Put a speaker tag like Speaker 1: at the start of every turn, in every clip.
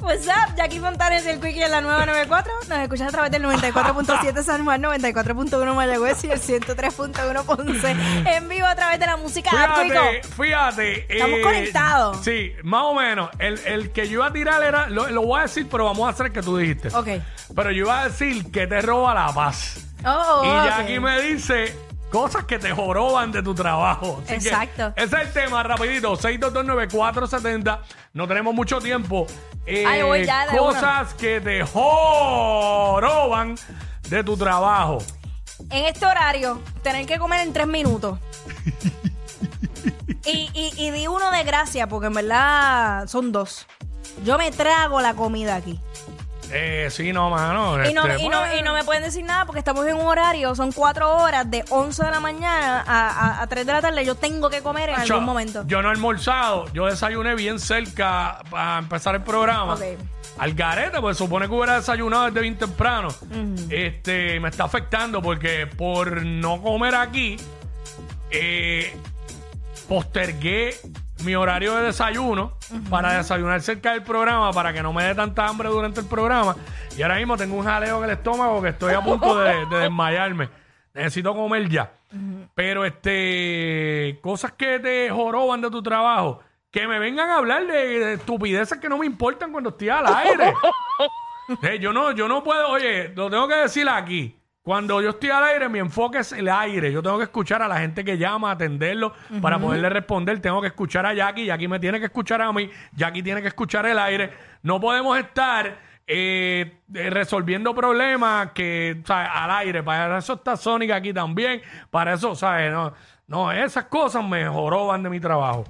Speaker 1: What's up? Jackie Fontanes del Quickie en la nueva 94. Nos escuchas a través del 94.7 San Juan, 94.1 Mayagüez y el 103.1 Ponce. En vivo a través de la música del
Speaker 2: Fíjate,
Speaker 1: Quico.
Speaker 2: fíjate. eh,
Speaker 1: Estamos conectados.
Speaker 2: Sí, más o menos. El, el que yo iba a tirar era. Lo, lo voy a decir, pero vamos a hacer el que tú dijiste.
Speaker 1: Ok.
Speaker 2: Pero yo iba a decir que te roba la paz.
Speaker 1: Oh,
Speaker 2: y
Speaker 1: ok.
Speaker 2: ya aquí me dice cosas que te joroban de tu trabajo. Así que
Speaker 1: Exacto.
Speaker 2: ese es el tema, rapidito. 6229470. No tenemos mucho tiempo. Eh,
Speaker 1: Ay, voy ya de
Speaker 2: cosas que te joroban de tu trabajo.
Speaker 1: En este horario, tener que comer en tres minutos. Y, y, y di uno de gracia, porque en verdad son dos. Yo me trago la comida aquí.
Speaker 2: Eh, sí, no, mano.
Speaker 1: Y no,
Speaker 2: este,
Speaker 1: y, no,
Speaker 2: pues,
Speaker 1: y no me pueden decir nada porque estamos en un horario, son cuatro horas de 11 de la mañana a, a, a 3 de la tarde. Yo tengo que comer en
Speaker 2: Yo-
Speaker 1: algún momento.
Speaker 2: Yo no he almorzado, yo desayuné bien cerca para empezar el programa.
Speaker 1: Ok.
Speaker 2: Al garete, pues supone que hubiera desayunado desde bien temprano. Este, me está afectando porque por no comer aquí, eh, postergué mi horario de desayuno para desayunar cerca del programa para que no me dé tanta hambre durante el programa. Y ahora mismo tengo un jaleo en el estómago que estoy a punto de, de desmayarme. Necesito comer ya. Pero este, cosas que te joroban de tu trabajo. Que me vengan a hablar de, de estupideces que no me importan cuando estoy al aire. Eh, yo no, yo no puedo, oye, lo tengo que decir aquí. Cuando yo estoy al aire, mi enfoque es el aire. Yo tengo que escuchar a la gente que llama, atenderlo, para poderle responder. Tengo que escuchar a Jackie, Jackie me tiene que escuchar a mí, Jackie tiene que escuchar el aire. No podemos estar eh, eh, resolviendo problemas que, o sea, al aire. Para eso está Sónica aquí también. Para eso, ¿sabes? No, no, esas cosas me joroban de mi trabajo.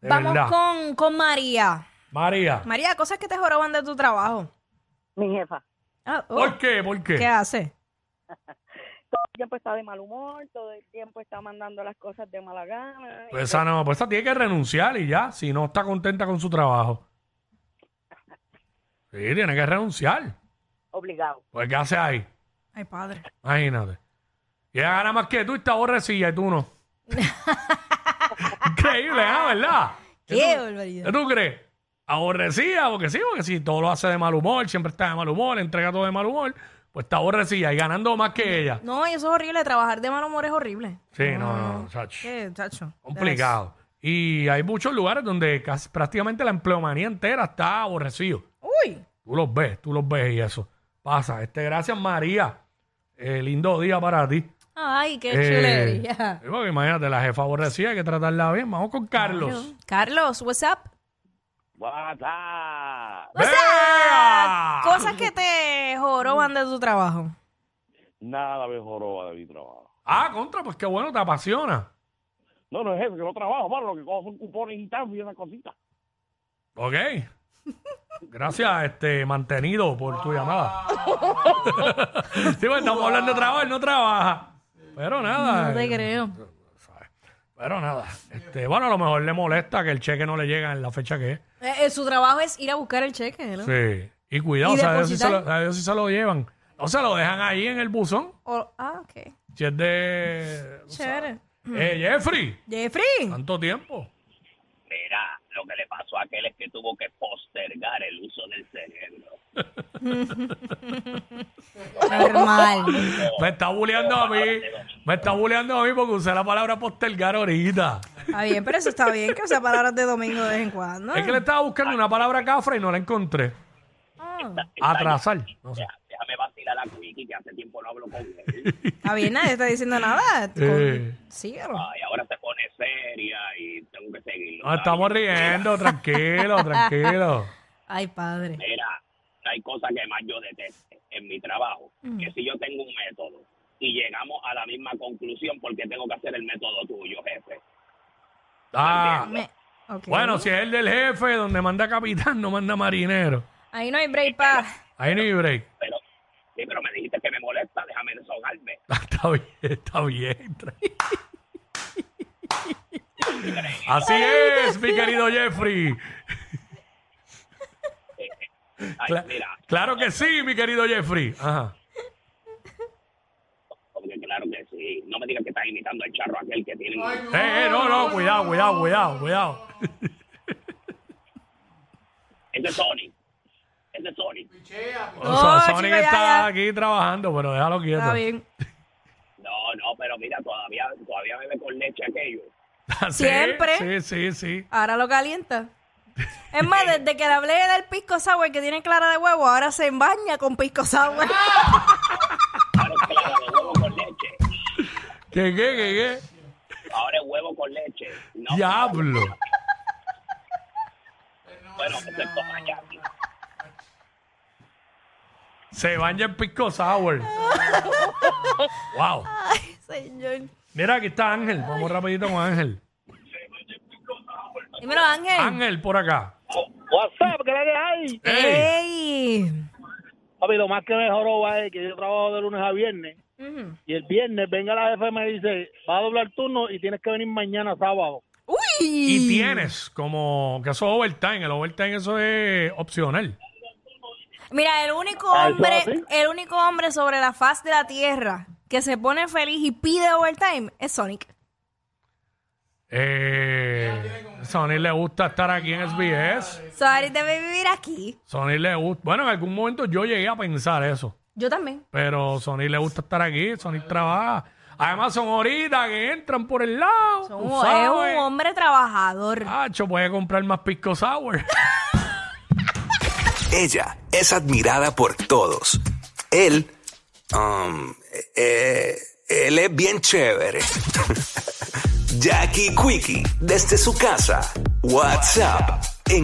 Speaker 2: De
Speaker 1: Vamos
Speaker 2: verdad.
Speaker 1: con, con María.
Speaker 2: María.
Speaker 1: María, cosas que te joroban de tu trabajo.
Speaker 3: mi jefa.
Speaker 1: Ah, oh,
Speaker 2: ¿Por qué? ¿Por
Speaker 1: ¿Qué hace?
Speaker 3: Todo el tiempo está de mal humor, todo el tiempo está mandando las cosas de mala gana.
Speaker 2: Pues esa no, pues esa tiene que renunciar y ya, si no está contenta con su trabajo. Sí, tiene que renunciar.
Speaker 3: Obligado.
Speaker 2: Pues, ¿qué hace ahí?
Speaker 1: Ay, padre.
Speaker 2: Imagínate. Y ella gana más que tú y está aborrecida y tú no. Increíble, ¿ah? ¿Verdad?
Speaker 1: Qué
Speaker 2: tú-
Speaker 1: barbaridad.
Speaker 2: ¿Qué tú crees? Aborrecida, porque sí, porque si todo lo hace de mal humor, siempre está de mal humor, entrega todo de mal humor, pues está aborrecida y ganando más que ella.
Speaker 1: No, y eso es horrible. Trabajar de mal humor es horrible.
Speaker 2: Sí, no, no, chacho.
Speaker 1: ¿Qué, chacho?
Speaker 2: Complicado. Y hay muchos lugares donde casi- prácticamente la empleomanía entera está aborrecido.
Speaker 1: Uy.
Speaker 2: Tú los ves, tú los ves y eso. Pasa. Este, gracias, María. Eh, lindo día para ti.
Speaker 1: Ay, qué
Speaker 2: Eh,
Speaker 1: chulería.
Speaker 2: sí, porque imagínate, la jefa aborrecida, hay que tratarla bien. Vamos con Carlos.
Speaker 1: Carlos, what's up?
Speaker 4: WhatsApp.
Speaker 1: What's
Speaker 2: ¡Vea!
Speaker 1: up? Cosas que te joroban de tu trabajo.
Speaker 4: Nada me joroba de mi trabajo.
Speaker 2: Ah, contra, pues qué bueno, te apasiona.
Speaker 4: No, no es eso, que no trabajo, mano, lo que cojo son cupones y tal, y esas cositas.
Speaker 2: Ok. Gracias, este, mantenido, por tu llamada. sí, pues, estamos hablando de trabajo, él no trabaja. Pero nada.
Speaker 1: No te
Speaker 2: eh,
Speaker 1: creo.
Speaker 2: Pero nada, este, bueno, a lo mejor le molesta que el cheque no le llega en la fecha que es.
Speaker 1: Eh, eh, su trabajo es ir a buscar el cheque, ¿no?
Speaker 2: Sí. Y cuidado,
Speaker 1: Ah. Y
Speaker 2: o sea, a ellos sí se
Speaker 1: depositar.
Speaker 2: lo, a ellos sí se lo llevan. O se lo dejan ahí en el buzón.
Speaker 1: O- ah, ok.
Speaker 2: Si es de.
Speaker 1: Chévere.
Speaker 2: Eh, Jeffrey,
Speaker 1: Jeffrey.
Speaker 2: tanto tiempo.
Speaker 5: Mira, lo que le pasó a aquel es que tuvo que postergar el uso del cerebro.
Speaker 1: Normal.
Speaker 2: Me está bulleando a mí. Me está bulleando a mí porque usé la palabra postergar ahorita.
Speaker 1: Está bien, pero eso está bien que usa palabras de domingo de vez en cuando.
Speaker 2: Es que le estaba buscando una palabra cafra y no la encontré.
Speaker 1: Ah,
Speaker 2: Atrasar. No sé.
Speaker 5: Ya, déjame vacilar a Quickie, que hace tiempo no hablo con él.
Speaker 1: está bien, nadie está diciendo nada. Con-
Speaker 2: Eh.
Speaker 1: Síguelo.
Speaker 5: Ay, ahora se pone seria y tengo que seguirlo.
Speaker 2: No, Ah, estamos riendo, tranquilo, tranquilo.
Speaker 1: Ay, padre.
Speaker 5: Mira, hay cosas que más yo detesto en mi trabajo. Que si yo tengo un método y llegamos a la misma conclusión, porque tengo que hacer el método tuyo, jefe?
Speaker 2: Ah.
Speaker 1: Me- ok.
Speaker 2: Bueno, si es el del jefe, donde manda capitán, no manda marinero.
Speaker 1: Ahí no hay break para.
Speaker 2: Ahí no hay break.
Speaker 5: Pero, sí, pero me dijiste que me molesta, déjame desahogarme.
Speaker 2: Ah, Está bien, está bien. Así es, mi querido Jeffrey.
Speaker 5: Ay,
Speaker 2: Cla-
Speaker 5: mira,
Speaker 2: claro que sí, mi querido Jeffrey. Ajá.
Speaker 5: porque claro que sí. No me digas que estás imitando al charro aquel que tiene...
Speaker 2: Eh, eh, no, no, cuidado, cuidado, cuidado, cuidado.
Speaker 5: Ese es Tony. es de Sony.
Speaker 2: O sea,
Speaker 1: Oh,
Speaker 2: Sonic
Speaker 1: chico, ya,
Speaker 2: está
Speaker 1: ya.
Speaker 2: aquí trabajando, pero déjalo quieto.
Speaker 1: Está bien.
Speaker 5: No, no, pero mira, todavía, todavía bebe con leche aquello.
Speaker 2: Sí,
Speaker 1: Siempre.
Speaker 2: Sí, sí, sí.
Speaker 1: Ahora lo calienta. Es más, desde que le hablé del pisco sour que tiene clara de huevo, ahora se embaña con pisco sour.
Speaker 5: Ahora es clara de huevo con leche.
Speaker 2: ¿Qué, qué, qué, qué?
Speaker 5: Ahora es huevo con leche. No,
Speaker 2: Diablo.
Speaker 5: bueno, eso es toma ya.
Speaker 2: Se baña en pisco sour. wow.
Speaker 1: Ay, señor.
Speaker 2: Mira, aquí está Ángel. Vamos rapidito con Ángel.
Speaker 1: Dímelo, Ángel.
Speaker 2: Ángel por acá.
Speaker 4: WhatsApp, ¿qué le hay?
Speaker 2: Ey.
Speaker 1: ¡Ey!
Speaker 4: Papi, lo más que me joroba es que yo trabajo de lunes a viernes
Speaker 1: Ujú.
Speaker 4: y el viernes venga la jefa y me dice, va a doblar turno y tienes que venir mañana sábado.
Speaker 1: ¡Uy!
Speaker 2: Y tienes como que eso es overtime. El overtime eso es opcional.
Speaker 1: Mira, el único
Speaker 4: Ah, ¿eso
Speaker 1: hombre,
Speaker 4: así?
Speaker 1: el único hombre sobre la faz de la tierra que se pone feliz y pide overtime es Sonic.
Speaker 2: Eh, Sony le gusta estar aquí en SBS.
Speaker 1: So, Ari debe vivir aquí.
Speaker 2: Sony le gusta. Bueno, en algún momento yo llegué a pensar eso.
Speaker 1: Yo también.
Speaker 2: Pero Sony le gusta estar aquí. Sony trabaja. Además, son horitas que entran por el lado.
Speaker 1: Son
Speaker 2: tú
Speaker 1: un- es
Speaker 2: sabes.
Speaker 1: un hombre trabajador.
Speaker 2: Hacho, voy a comprar más pisco sour.
Speaker 6: Ella es admirada por todos. Él, um, eh, él es bien chévere. Jackie Quickie, desde su casa. What's up?